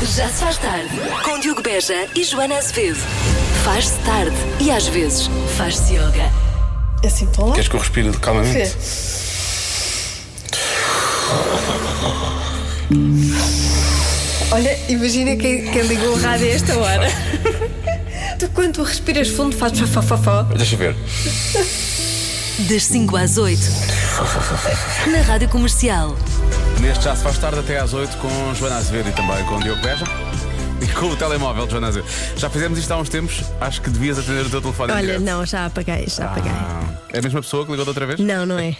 Já se faz tarde. Com Diogo Beja e Joana Azevedo. Faz-se tarde e às vezes faz-se yoga. Assim tão lá? Queres que eu respire calmamente? Sim. Olha, imagina quem, quem ligou o rádio a esta hora. tu, quando tu respiras fundo, fazes fofofofó. Deixa eu ver. Das 5 às 8. Na Rádio Comercial. Neste já se faz tarde até às 8 com Joana Azevedo e também com Diogo Beja. E com o telemóvel, de Joana Azevedo. Já fizemos isto há uns tempos, acho que devias atender o teu telefone. em Olha, direto. não, já apaguei, já apaguei. Ah, é a mesma pessoa que ligou da outra vez? Não, não é.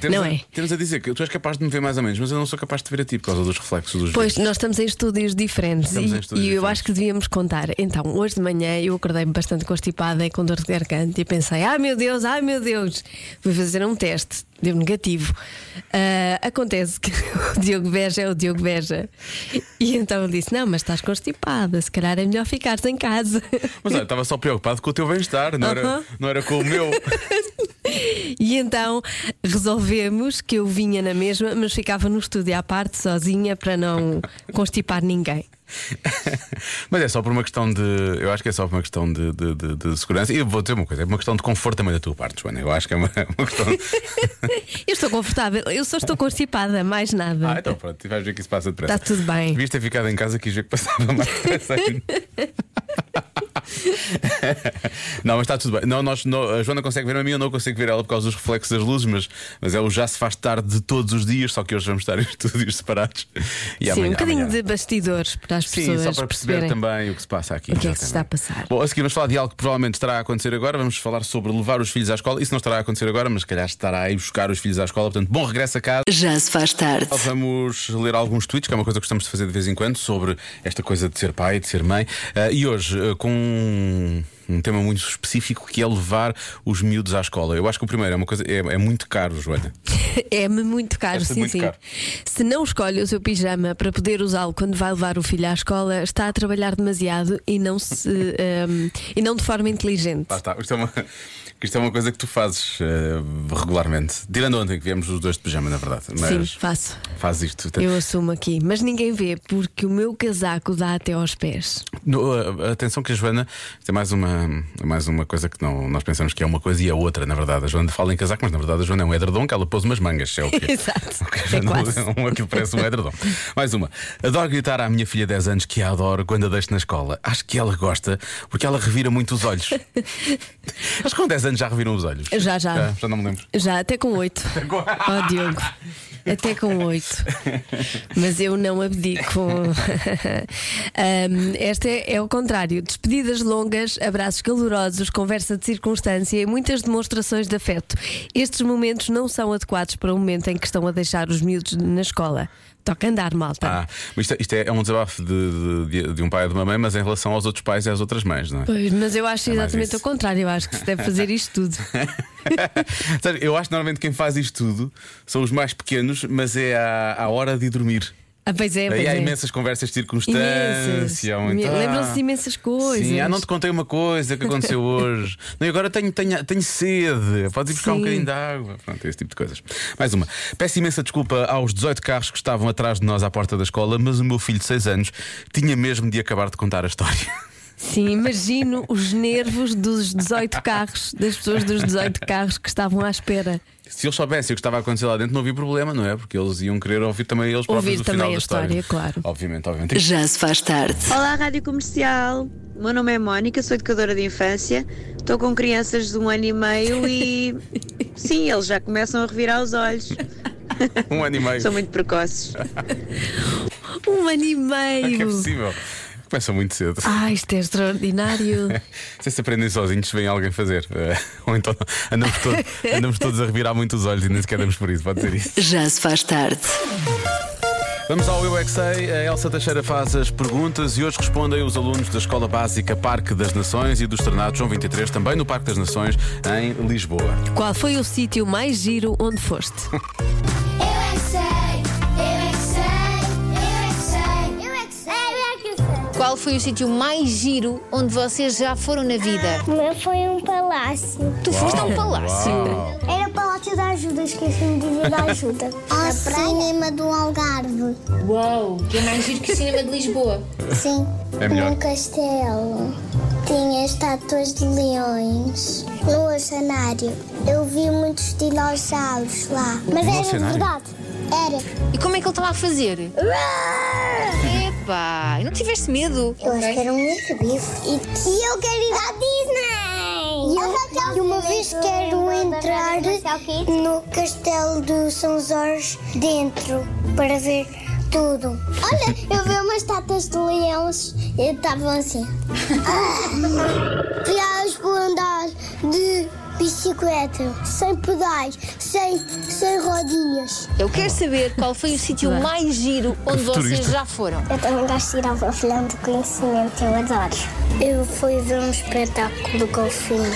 Temos não a, é. Temos a dizer que tu és capaz de me ver mais ou menos, mas eu não sou capaz de te ver a ti por causa dos reflexos dos Pois, nós estamos em estúdios diferentes Estamos e, em estúdios e eu diferentes. acho que devíamos contar. Então, hoje de manhã eu acordei-me bastante constipada e com dor de garganta e pensei: ai meu Deus, ai meu Deus, vou fazer um teste, deu negativo. Ah, acontece que o Diogo Beja é o Diogo Beja. E então ele disse: não, mas estás constipada, se calhar é melhor ficares em casa. Mas olha, estava só preocupado com o teu bem-estar, não, era, Aham. não era com o meu. E então resolvemos que eu vinha na mesma, mas ficava no estúdio à parte, sozinha, para não constipar ninguém. Mas é só por uma questão de. Eu acho que é só por uma questão de, de- de- de segurança. E eu vou dizer uma coisa, é uma questão de conforto também da tua parte, Joana. Eu acho que é uma, uma questão. Eu estou confortável, eu só estou constipada, mais nada. Ah, então pronto, e vais ver que isso passa depressa. Está é? Tá tudo bem. Devias ter ficado em casa, quis ver que passava mais depressa ainda. Não, mas está tudo bem. Não, nós, não- a Joana consegue ver a mim, eu não consigo ver ela por causa dos reflexos das luzes, mas, mas é o já se faz tarde de todos os dias, só que hoje vamos estar em estúdios separados. E Sim, amanhã- um bocadinho amanhã- de bastidores para as Sim, pessoas só para perceber perceberem. também o que se passa aqui. o que é que se exatamente. está a passar. Bom, a seguir vamos falar de algo que provavelmente estará a acontecer agora. Vamos falar sobre levar os filhos à escola. Isso não estará a acontecer agora, mas se calhar estará a ir buscar os filhos à escola. Portanto, bom regresso a casa. Já se faz tarde. Nós Vamos ler alguns tweets, que é uma coisa que gostamos de fazer de vez em quando, sobre esta coisa de ser pai, de ser mãe. Ah, e hoje, ah, com um, um tema muito específico, que é levar os miúdos à escola. Eu acho que o primeiro é uma coisa. É, é muito caro, Joana. É-me É muito caro, Deve ser sim, é muito sim. caro. Se não escolhe o seu pijama para poder usá-lo quando vai levar o filho à escola, está a trabalhar demasiado e não, se, ehm, e não de forma inteligente. Lá está. Isto é uma, isto é uma coisa que tu fazes ah, regularmente. Tirando ontem que viemos os dois de pijama, na verdade. Sim, Mas faço. faz isto. Eu assumo aqui. Mas ninguém vê porque o meu casaco dá até aos pés. No, a- a- atenção que a Joana isto é mais uma, é mais uma coisa que não, nós pensamos que é uma coisa e é outra, na verdade. A Joana fala em casaco, mas na verdade a Joana é um edredom que ela pôs umas mangas. É o quê? Exato. O que a É Joana quase. é um aquilo parece um edredom. mais uma. Adoro gritar à minha filha de 10 anos que a adoro quando a deixo na escola. Acho que ela gosta porque ela revira muito os olhos. Acho que com 10 anos já reviram os olhos. Já, já. Já, já não me lembro. Já, até com oito. Ó Diogo. Até com oito. Mas eu não abdico. Ahm, esta é, é o contrário. Despedidas longas, abraços calorosos, conversa de circunstância e muitas demonstrações de afeto. Estes momentos não são adequados para o momento em que estão a deixar os miúdos na escola. Toca andar, malta. Ah, isto, é- isto é, é um desabafo de, de- de um pai e de uma mãe, mas em relação aos outros pais e às outras mães, não é? Pois, mas eu acho É mais exatamente isso. o contrário. Eu acho que se deve fazer isto tudo. Sabe, eu acho que normalmente quem faz isto tudo são os mais pequenos, mas é à, à hora de ir dormir. Ah, pois é, Aí pois há é. imensas conversas de Imensas. circunstância. ou Ime- então, Lembram-se de ah, imensas coisas. Sim, ah, não te contei uma coisa que aconteceu hoje. Não, e agora tenho, tenho, tenho sede. Podes ir buscar um Sim. bocadinho de água. Pronto, esse tipo de coisas. Mais uma. Peço imensa desculpa aos 18 carros que estavam atrás de nós à porta da escola, mas o meu filho de 6 anos tinha mesmo de acabar de contar a história. Sim, imagino os nervos dos 18 carros, das pessoas dos 18 carros que estavam à espera. Se eles soubessem o que estava a acontecer lá dentro, não havia problema, não é? Porque eles iam querer ouvir também eles próprios Ouvir no também final da a história, claro. Obviamente, obviamente. Já se faz tarde. Olá, Rádio Comercial. O meu nome é Mónica, sou educadora de infância. Estou com crianças de um ano e meio e. Sim, eles já começam a revirar os olhos. Um ano e meio. São muito precoces. Um ano e É que é meio! possível. Começam muito cedo. Ah, isto é extraordinário! Não sei Se aprendem sozinhos, se vem alguém fazer. Eh, Ou então andamos todos, andamos todos a revirar muito os olhos e nem sequer damos por isso, pode ser isso. Já se faz tarde. Vamos ao Eu é Que Sei. A Elsa Teixeira faz as perguntas e hoje respondem os alunos da Escola Básica Parque das Nações e do Externato João 23, também no Parque das Nações, em Lisboa. Qual foi o sítio mais giro onde foste? Eu é que sei, eu é que sei, eu é que sei, eu é que sei, eu é que sei. Qual qual foi o sítio mais giro onde vocês já foram na vida? O meu foi um palácio. Tu foste a um palácio. Uau. Era o Palácio da Ajuda, esqueci-me de dizer da ajuda. Ao Ah, cinema do Algarve. Uau, que é mais giro que o cinema de Lisboa. Sim. É melhor. Num castelo. Tinha estátuas de leões. No oceanário. Eu vi muitos dinossauros lá. Mas No era oceanário? verdade. Era. E como é que ele está lá a fazer? Epá, não tiveste medo? Eu acho que era um muito bife. E, e eu quero ir à Disney! E, eu- e uma vez quero entrar no castelo do São Jorge dentro para ver tudo. Olha, eu vi umas tatas de leões e estavam assim. Viagens por andar de bicicleta, sem pedais, sem, sem rodinhas. Eu quero saber qual foi o sítio mais giro onde vocês futurista. já foram. Eu também gosto de ir ao Golfinho do Conhecimento, eu adoro. Eu fui ver um espetáculo do golfinho.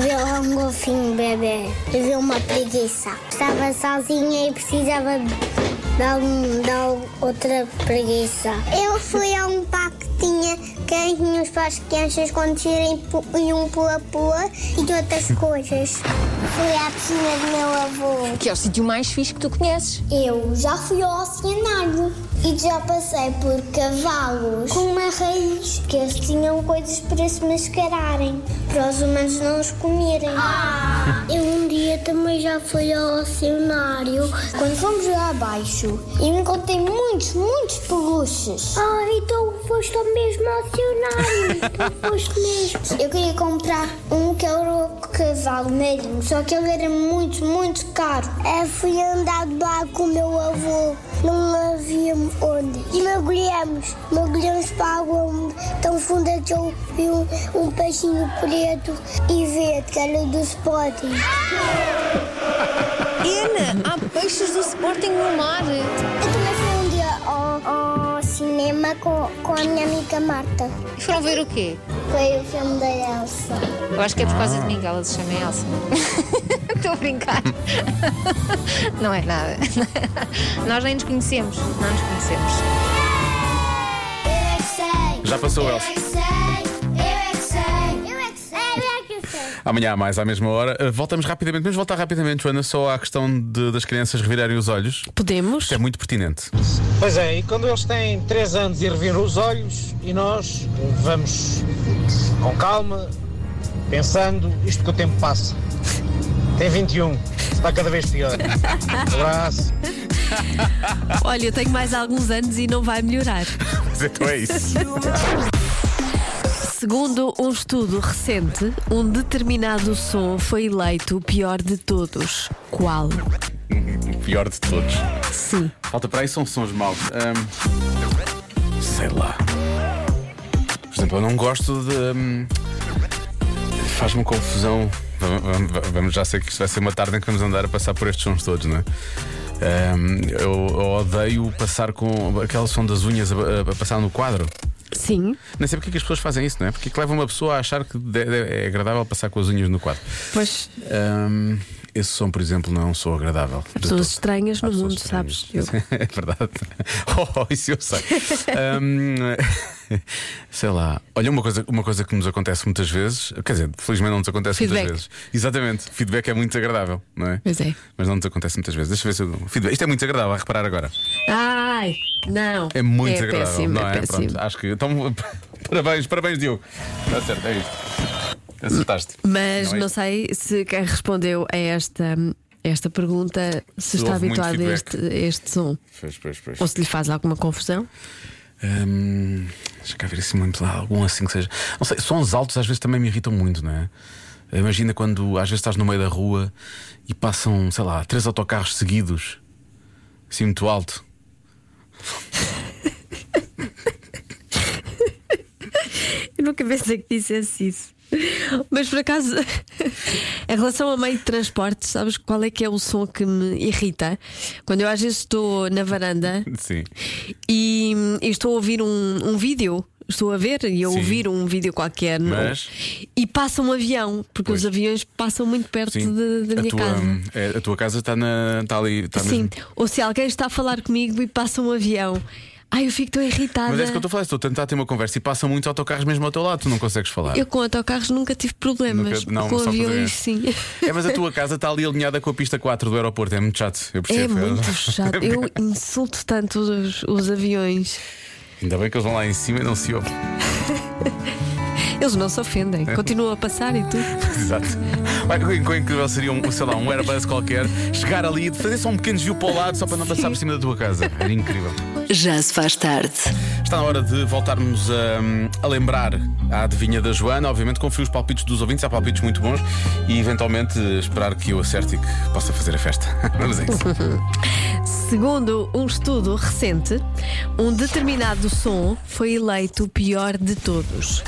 Ver lá um golfinho bebê e ver uma preguiça. Estava sozinha e precisava de, algum, de al- outra preguiça. Eu fui a um parque que tinha cãezinhos para as crianças quando tirem e um pula-pula e outras coisas. Fui à piscina do meu avô. Que é o sítio mais fixe que tu conheces. Eu já fui ao oceanário e já passei por cavalos com uma raiz que eles tinham coisas para se mascararem, para os humanos não os comerem. Eu um dia também já fui ao oceanário quando fomos lá abaixo e encontrei muitos, muitos peluches. Ah, então foste ao mesmo oceanário. tu foste mesmo. Eu queria comprar um que era o cavalo marinho, só que ele era muito, muito caro. Eu fui andar de barco com o meu avô, não havia onde. E mergulhamos, mergulhamos para a água tão funda que eu vi um, um peixinho preto e verde, que era do Sporting. Ana, há peixes do Sporting no mar. Eu também fui um dia ao, ao cinema com, com a minha amiga Marta. E foram ver o quê? Foi o filme da Elsa. Eu acho que é por causa de mim que ela se chama Elsa. Estou a brincar. Não é nada. Nós nem nos conhecemos. Não nos conhecemos. Eu é que sei. Já passou, Eu Elsa. é que sei. Eu é que sei. Eu é que sei. Eu é que sei. Amanhã, há mais à mesma hora, Uh, voltamos rapidamente. Vamos voltar rapidamente, Joana, só à questão de- das crianças revirarem os olhos. Podemos? Isto é muito pertinente. Pois é, e quando eles têm 3 anos e reviram os olhos, e nós vamos com calma, pensando, isto que o tempo passa. Tem 21, está cada vez pior. Abraço. Olha, eu tenho mais alguns anos e não vai melhorar. Mas então é isso. Segundo um estudo recente, um determinado som foi eleito o pior de todos. Qual? O pior de todos. Sim. Falta para aí são sons maus. Ahm, sei lá. Por exemplo, eu não gosto de. ahm, Faz-me confusão. Vam- vam- vam- Vamos já sei que isto vai ser uma tarde em que vamos andar a passar por estes sons todos, não é? Ahm, eu, eu odeio passar com aquele som das unhas a, a- a passar no quadro. Sim. Nem sei porque é que as pessoas fazem isso, não é? Porque é que leva uma pessoa a achar que de- de- é agradável passar com as unhas no quadro. Pois Ahm, esse som, por exemplo, não é um som agradável. de todo. pessoas estranhas Há no pessoas mundo, estranhas. sabes? Eu- É verdade. Oh, oh, isso eu sei. Ahm, sei lá. Olha, uma coisa, uma coisa que nos acontece muitas vezes, quer dizer, felizmente não nos acontece Feedback. muitas vezes. Exatamente. Feedback é muito desagradável, não é? Pois é. Mas não nos acontece muitas vezes. Deixa eu ver se eu dou. Feedback. Isto é muito desagradável, a reparar agora. Ai, não. É muito é desagradável, péssimo, não é? é péssimo. Pronto, acho que. Então, parabéns, parabéns, Diogo. Está certo, é isto. Acertaste. Mas é não isto. sei se quem respondeu a esta, a esta pergunta se Se está houve muito habituado a este, feedback. a este som Pois, pois, pois. ou se lhe faz alguma confusão. Hum, deixa cá ver assim muito lá, algum assim que seja. Não sei, sons altos às vezes também me irritam muito, não é? Imagina quando às vezes estás no meio da rua e passam, sei lá, três autocarros seguidos, assim muito alto. Eu nunca pensei que dissesse isso. Mas por acaso, em relação a meio de transporte, sabes qual é que é o som que me irrita? Quando eu às vezes estou na varanda Sim. e, e estou a ouvir um, um vídeo. Estou a ver e a Sim. ouvir um vídeo qualquer não- Mas? e passa um avião, porque Pois. os aviões passam muito perto Sim. de- da a, minha tua, casa. é, a tua casa está na- está ali. Está Sim, mesmo- ou se alguém está a falar comigo e passa um avião. Ai, eu fico tão irritada. Mas é isso que eu estou a falar, estou a tentar ter uma conversa e passa muitos autocarros mesmo ao teu lado, tu não consegues falar. Eu com autocarros nunca tive problemas. Nunca- não, com só com aviões, aviões. sim. É, mas a tua casa está ali alinhada com a pista 4 do aeroporto, é muito chato. Eu É percebo. muito chato. Eu insulto tanto os, os aviões. Ainda bem que eles vão lá em cima e não se ouvem. Eles não se ofendem. É. Continuam a passar e tudo. Exato. Olha que quão incrível seria um, sei lá, um Airbus qualquer, chegar ali e fazer só um pequeno desvio para o lado só para não passar por cima da tua casa. Era incrível. Já se faz tarde. Está na hora de voltarmos a, a lembrar a adivinha da Joana. Obviamente, confio os palpites dos ouvintes, há palpites muito bons e eventualmente esperar que eu acerte e que possa fazer a festa. Vamos a isso. Segundo um estudo recente, um determinado som foi eleito o pior de todos.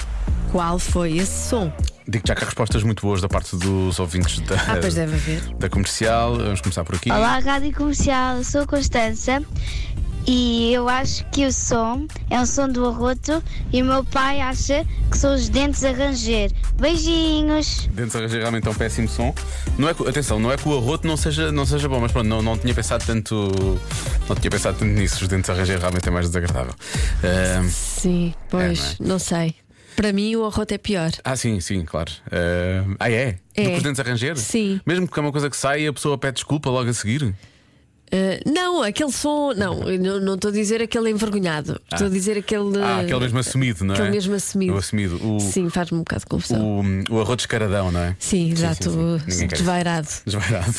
Qual foi esse som? Digo já que há respostas muito boas da parte dos ouvintes da, Ah, pois deve haver. da comercial. Vamos começar por aqui. Olá, Rádio Comercial, eu sou a Constança e eu acho que o som é um som do arroto e o meu pai acha que são os dentes a ranger. Beijinhos! Dentes a ranger realmente é um péssimo som. Não é que- atenção, não é que o arroto não seja, não seja bom, mas pronto, não, não tinha pensado tanto. Não tinha pensado tanto nisso. Os dentes a ranger realmente é mais desagradável. Ah, Ahm, Sim, pois, É, não, sei. Para mim, o arroto é pior. ah, sim, sim, claro. Ahm, ah, é? É. Do que os dentes a ranger? Sim. Mesmo que é uma coisa que saia, a pessoa pede desculpa logo a seguir. Eh, não, aquele som. Não, eu não- não estou a dizer aquele envergonhado. Estou a dizer aquele. Ah, aquele mesmo assumido, não é? aquele mesmo assumido. O assumido. O, Sim, faz-me um bocado de confusão. o, o arroto escaradão, não é? Sim, exato. sim. Ninguém quer isso. Desvairado. Desvairado.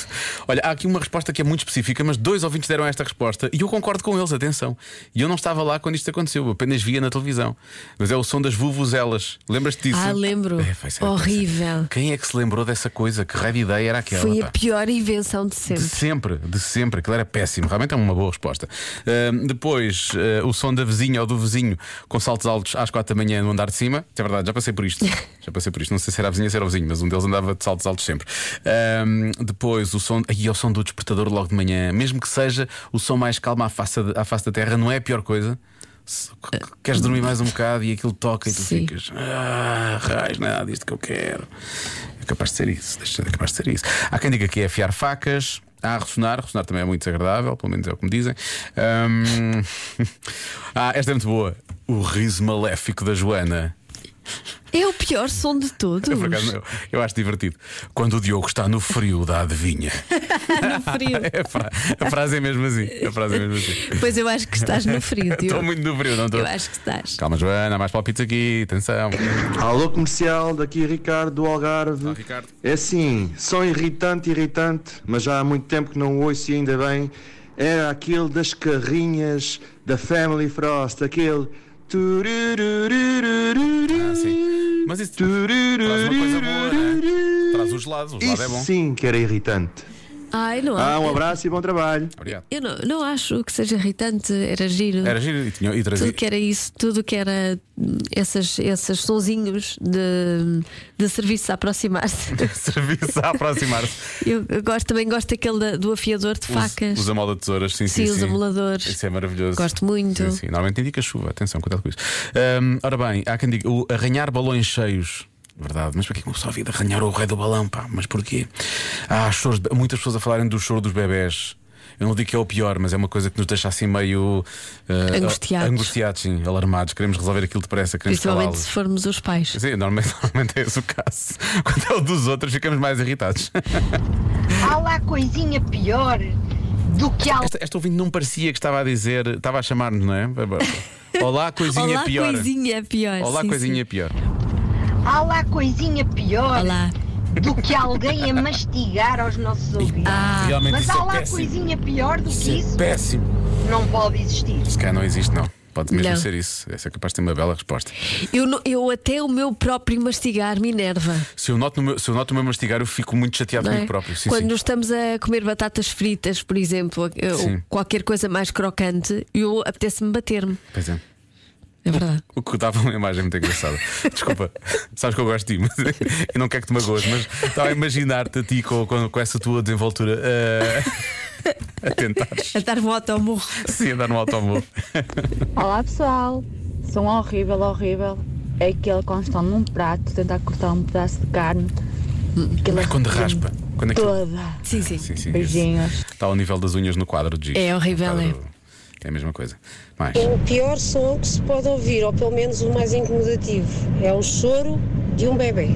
Olha, há aqui uma resposta que é muito específica, mas dois ouvintes deram esta resposta e eu concordo com eles, atenção. E eu não estava lá quando isto aconteceu, eu apenas via na televisão. Mas é o som das vuvuzelas. Lembras-te disso? Ah, lembro. É, vai ser- Horrível. Quem é que se lembrou dessa coisa? Que raio de ideia era aquela? Foi pá? a pior invenção de sempre. De sempre, de sempre, aquilo era péssimo, realmente é uma boa resposta. Ahm, depois, ah, o som da vizinha ou do vizinho com saltos altos às quatro da manhã no andar de cima. É verdade, já passei por isto. já passei por isto. Não sei se era a vizinha ou se era o vizinho, mas um deles andava de saltos altos sempre. Ahm, depois, o som. E é o som do despertador logo de manhã, mesmo que seja o som mais calmo à face, da- à face da terra, não é a pior coisa. Se- c- c- Queres dormir mais um bocado e aquilo toca e tu Sim. ficas. Ah, raios, nada disto que eu quero. É capaz de ser isso, deixa, é capaz de ser isso. Há quem diga que é afiar facas. Há a ressonar, ressonar também é muito desagradável, pelo menos é o que me dizem. Ahm, Ah, esta é muito boa. O riso maléfico da Joana. É o pior som de todos. Eu, por acaso, eu, eu acho divertido. Quando o Diogo está no frio da adivinha. No frio. É, a fra- a frase é mesmo assim. A frase é mesmo assim. Pois eu acho que estás no frio, Diogo. Estou muito no frio, não estou? Eu acho que estás. Calma, Joana, há mais palpites aqui, atenção. Alô comercial, daqui Ricardo do Algarve. Olá, Ricardo. É sim, som irritante, irritante, mas já há muito tempo que não o ouço e ainda bem. Era aquele das carrinhas da Family Frost, aquele. Ah, sim. Mas isso traz uma coisa boa, não é? Traz o gelado, o gelado é bom. Isso sim que era irritante. Ai, não há. Ah, um abraço e bom trabalho. Obrigado. Eu não, não acho que seja irritante, era giro. Era giro e, tinha, e trazia. Tudo que era isso, tudo que era hum, essas, esses sonzinhos de, de serviço a aproximar-se. Serviço a aproximar-se. Eu, eu gosto, também gosto daquele da- do afiador de facas. Os, os amolda tesouras, sim, Sim, sim. os sim. amoladores. Isso é maravilhoso. Gosto muito. Sim, sim. Normalmente indica chuva, atenção, cuidado com isso. Hum, ora bem, há quem diga o arranhar balões cheios. Verdade, mas para que começou a vida arranhar o rei do balão? Pá, mas porquê? Há choros, de- muitas pessoas a falarem do choro dos bebés. Eu não digo que é o pior, mas é uma coisa que nos deixa assim meio eh, Angustiados. angustiados, sim, alarmados. Queremos resolver aquilo depressa, queremos Principalmente calá-los. se formos os pais. Sim, normalmente, normalmente é esse o caso. Quando é o dos outros, ficamos mais irritados. Há lá coisinha pior do que algo Esta, esta ouvinte não parecia que estava a dizer, estava a chamar-nos, não é? Olá, coisinha é Olá, pior. coisinha é pior. Olá, sim, coisinha é pior. Há lá coisinha sim. pior Olá. do que alguém a mastigar aos nossos ouvidos. Ah. Realmente Mas isso há é lá péssimo. é coisinha pior do que isso? Péssimo. Não pode existir. Se calhar não existe, não. Pode mesmo Não. ser isso. Essa é capaz de ter uma bela resposta. Eu, não- eu até o meu próprio mastigar me enerva. Se eu noto, no meu, se eu noto o meu mastigar, eu fico muito chateado não é? comigo próprio. Sim, Quando sim. estamos a comer batatas fritas, por exemplo, ou Sim. qualquer coisa mais crocante, eu apetece-me bater-me. Pois é. É verdade. O que dava uma imagem muito engraçada. Desculpa, sabes que eu gosto de ti, mas eu não quero que te magoes, mas estava a imaginar-te a ti com, com, com essa tua desenvoltura eh, a tentares. A dar moto ao morro. Sim, andar no automóvel. Olá pessoal, som horrível, horrível. É aquele quando estão num prato, tentar cortar um pedaço de carne. Aquela Quando raspa. Quando aquilo- toda. Sim, Sim, sim. sim. esse- Beijinhos. Está ao nível das unhas no quadro de giz. É horrível, Um é. quadro- É a mesma coisa. Mais. O pior som que se pode ouvir, ou pelo menos o mais incomodativo, é o choro de um bebê.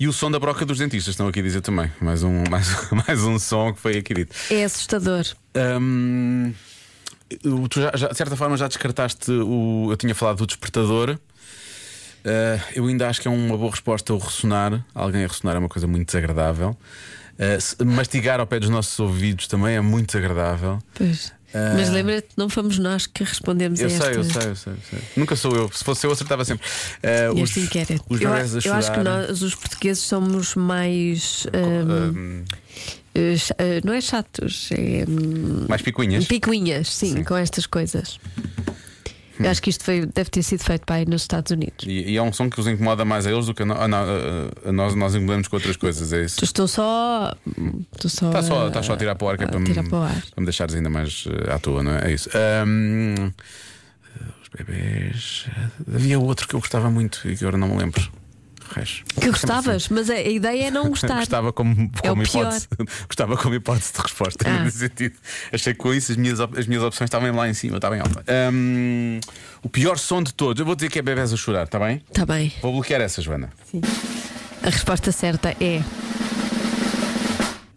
E o som da broca dos dentistas estão aqui a dizer também. Mais um, mais, mais um som que foi aqui dito. É assustador. Hum, tu já, já- de certa forma já descartaste o. Eu tinha falado do despertador. Ah, eu ainda acho que é uma boa resposta o ressonar. Alguém a ressonar é uma coisa muito desagradável. Ah, se- mastigar ao pé dos nossos ouvidos também é muito desagradável. Pois. Ah. Mas lembra-te, não fomos nós que respondemos Eu a esta. sei, eu sei, eu sei, eu sei. Nunca sou eu. Se fosse eu, acertava sempre. Ah, a Este inquérito. os eu, bebés a eu acho que chorar. nós, os portugueses, somos mais. hum, ah. eh, cha- eh, não é chatos, é. hum, Mais picuinhas. Picuinhas, sim, com estas coisas. Hum. Eu acho que isto foi- deve ter sido feito pai nos Estados Unidos. E, e é um som que os incomoda mais a eles do que a, no- a no- a- a nós. Nós incomodamos com outras coisas, é isso. Estou só. Estou só. Está só, tá só a tirar para o ar que é para, me- tirar para o Ah, ar. para me deixares ainda mais eh, à toa, não é? É isso. Ahm, os bebês. eh, Havia outro que eu gostava muito e que agora não me lembro. Reis. Que gostavas, mas a, a ideia é não gostar. Gostava como, É o como pior. hipótese. Gostava como hipótese de resposta. Ah. Nesse sentido. Achei que com isso as minhas, op- as minhas opções estavam lá em cima, estavam em alta. Ahm, o pior som de todos. Eu vou dizer que é bebés a chorar, está bem? Está Tá bem. Vou bloquear essa, Joana. A resposta certa é.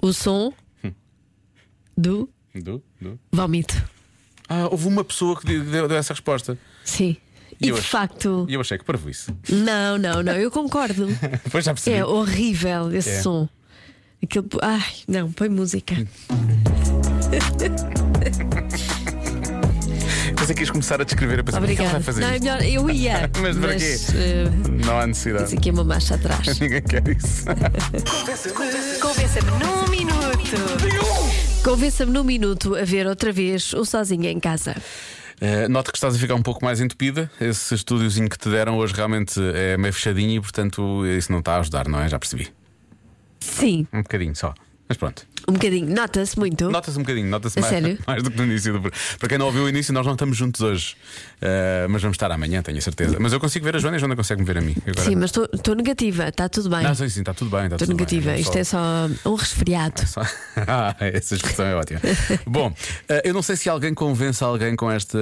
O som Hum. do Du, du. vómito. Ah, houve uma pessoa que deu, deu essa resposta. Sim. E E, eu de acho- facto. E eu achei que para isso. Não, não, não, eu concordo. Pois já percebi. é horrível esse É. Então som. Aquele. Ai, não, põe música. Pensei que ias começar a descrever a pensar "Mas o que é que Obrigada. ela vai fazer. Não, é isto?" melhor, eu ia. Mas para quê? eh, Não há necessidade. Isso aqui é uma marcha atrás. Ninguém quer isso. Convença-me num minuto. Convença-me num minuto a ver outra vez o Sozinha em Casa. Eh, Noto que estás a ficar um pouco mais entupida. Esse estúdiozinho que te deram hoje realmente é meio fechadinho e, portanto, isso não está a ajudar, não é? Já percebi. Sim, Um bocadinho só. Mas pronto. um bocadinho. Nota-se muito. Nota-se um bocadinho, nota-se Uh. A mais, sério? mais do que no início do pro- Para quem não ouviu o início, nós não estamos juntos hoje. Eh, mas vamos estar amanhã, tenho a certeza. Mas eu consigo ver a Joana e a Joana consegue me ver a mim. Agora. Sim, mas estou negativa, está tudo bem. Não, sim, sim, está tudo bem. Está Estou tudo bem. negativa, Eu isto só- é só um resfriado. Ah, essa expressão é ótima. Bom, eh, eu não sei se alguém convence alguém com este,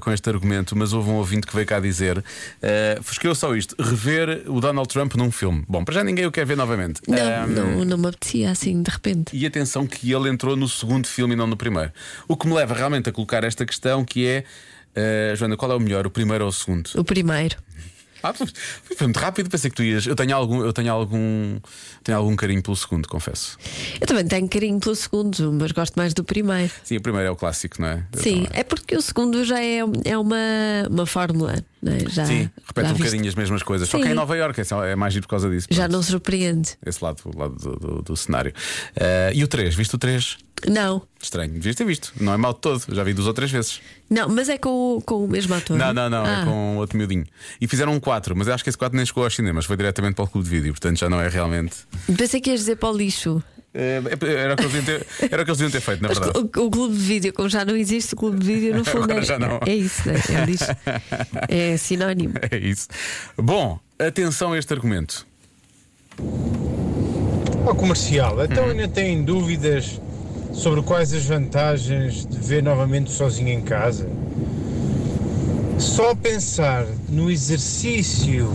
com este argumento, mas houve um ouvinte que veio cá dizer: eh, escreveu só isto, rever o Donald Trump num filme. Bom, para já ninguém o quer ver novamente. Não, Ahm, não, não me apetecia assim, de repente. E atenção que ele entrou no segundo filme e não no primeiro. O que me leva realmente a colocar esta questão que é. eh, Joana, qual é o melhor, o primeiro ou o segundo? O primeiro. Ah, foi foi muito rápido, pensei que tu ias. Eu tenho algum, eu tenho algum, tenho algum carinho pelo segundo, confesso. Eu também tenho carinho pelo segundo, mas gosto mais do primeiro. Sim, o primeiro é o clássico, não é? Eu Sim, é porque o segundo já é, é uma, uma fórmula. não é? Já, Sim, repete já um viste. bocadinho as mesmas coisas. Só Sim. que é em Nova Iorque, é só- é mais giro por causa disso. Já não surpreende. Esse lado, o lado do, do- do cenário. Eh, e o 3, viste o 3? Não, Estranho, devias ter visto. Não é mal de todo, já vi duas ou três vezes. não, mas é com, o- com o mesmo ator. Não, não, não, Ah, é com outro miudinho. E fizeram um 4, mas eu acho que esse 4 nem chegou aos cinemas, foi diretamente para o clube de vídeo, portanto já não é realmente. Pensei que ias dizer para o lixo. Eh, era, o que eles deviam ter, era o que eles deviam ter feito, na Mas É verdade. o, o clube de vídeo, como já não existe, o clube de vídeo no fundo Agora é, já não. é isso, né? é lixo. É sinónimo. É isso. Bom, atenção a este argumento. Ó comercial, então ainda têm dúvidas sobre quais as vantagens de ver novamente sozinho em casa? Só pensar no exercício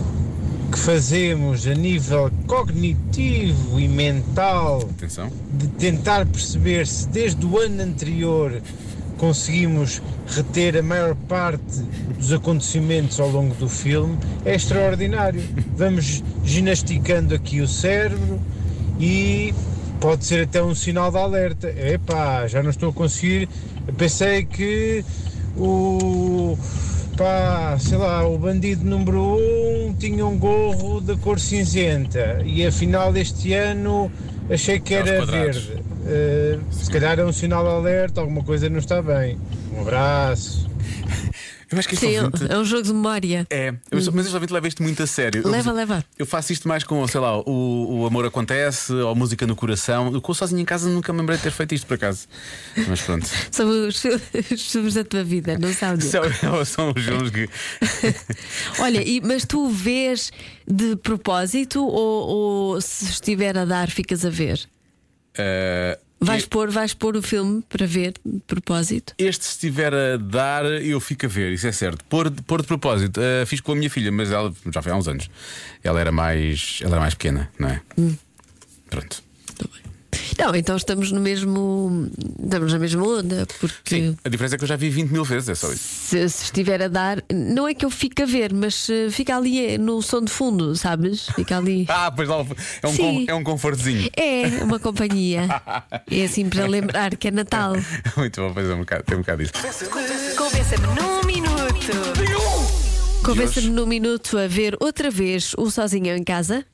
que fazemos a nível cognitivo e mental Atenção. de tentar perceber se desde o ano anterior conseguimos reter a maior parte dos acontecimentos ao longo do filme é extraordinário. Vamos ginasticando aqui o cérebro e pode ser até um sinal de alerta. Epá, já não estou a conseguir. Eu pensei que o pá, sei lá, o bandido número 1 um tinha um gorro da cor cinzenta e afinal este ano achei que É os era quadrados. verde. Eh, se calhar é um sinal de alerta, alguma coisa não está bem. Um abraço. Eu acho que este Sim, ouvinte- é um jogo de memória. É, mas, mas este ouvinte leva isto muito a sério. Hum. Leva, eu, leva. Eu faço isto mais com, sei lá, o, o amor acontece, ou música no coração. Eu com o sozinho em casa nunca me lembrei de ter feito isto por acaso. Mas pronto. São os, os filmes da tua vida, não sabe? São, são os filmes que. Olha, e- mas tu vês de propósito ou, ou se estiver a dar, ficas a ver? eh, Vais, pôr, vais pôr o filme para ver, de propósito. Este, se estiver a dar, eu fico a ver, isso é certo. Pôr, de- pôr de propósito, ah, fiz com a minha filha, mas ela já foi há uns anos. Ela era mais, ela era mais pequena, não é? Hum. Pronto. Não, então estamos no mesmo. Estamos na mesma onda, porque. A diferença é que eu já vi 20 mil vezes, é só isso. Se, se estiver a dar, não é que eu fico a ver, mas eh, fica ali eh, no som de fundo, sabes? Fica ali. Ah, pois lá é um, Sim. con- é um confortozinho. É uma companhia. É assim para lembrar que é Natal. Muito bom, pois é um bocado, tem um bocado disso. Convença-me num minuto. Convença-me num minuto a ver outra vez o Sozinho em Casa.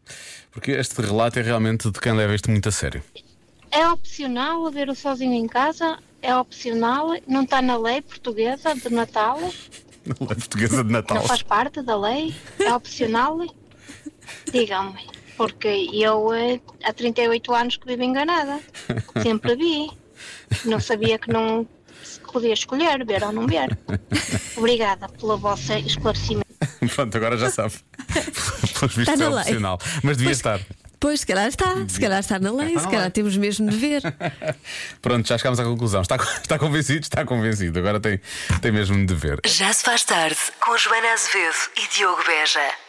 Porque este relato é realmente de quem leva isto muito a sério. É opcional haver o sozinho em casa, é opcional, não está na lei portuguesa de Natal, Na lei portuguesa de Natal. não faz parte da lei, é opcional. Digam-me, porque eu eh, há 38 anos que vivo enganada, sempre vi, não sabia que não se podia escolher, ver ou não ver. Obrigada pelo vosso esclarecimento. Pronto, agora já sabe. Pelos Está vistos na é lei. opcional. Mas devia estar. Pois, se calhar está, se calhar está na lei, Está na se calhar lei. temos mesmo de ver. Pronto, já chegámos à conclusão. Está, está convencido? Está convencido. Agora tem, tem mesmo de ver. Já se faz tarde com Joana Azevedo e Diogo Beja.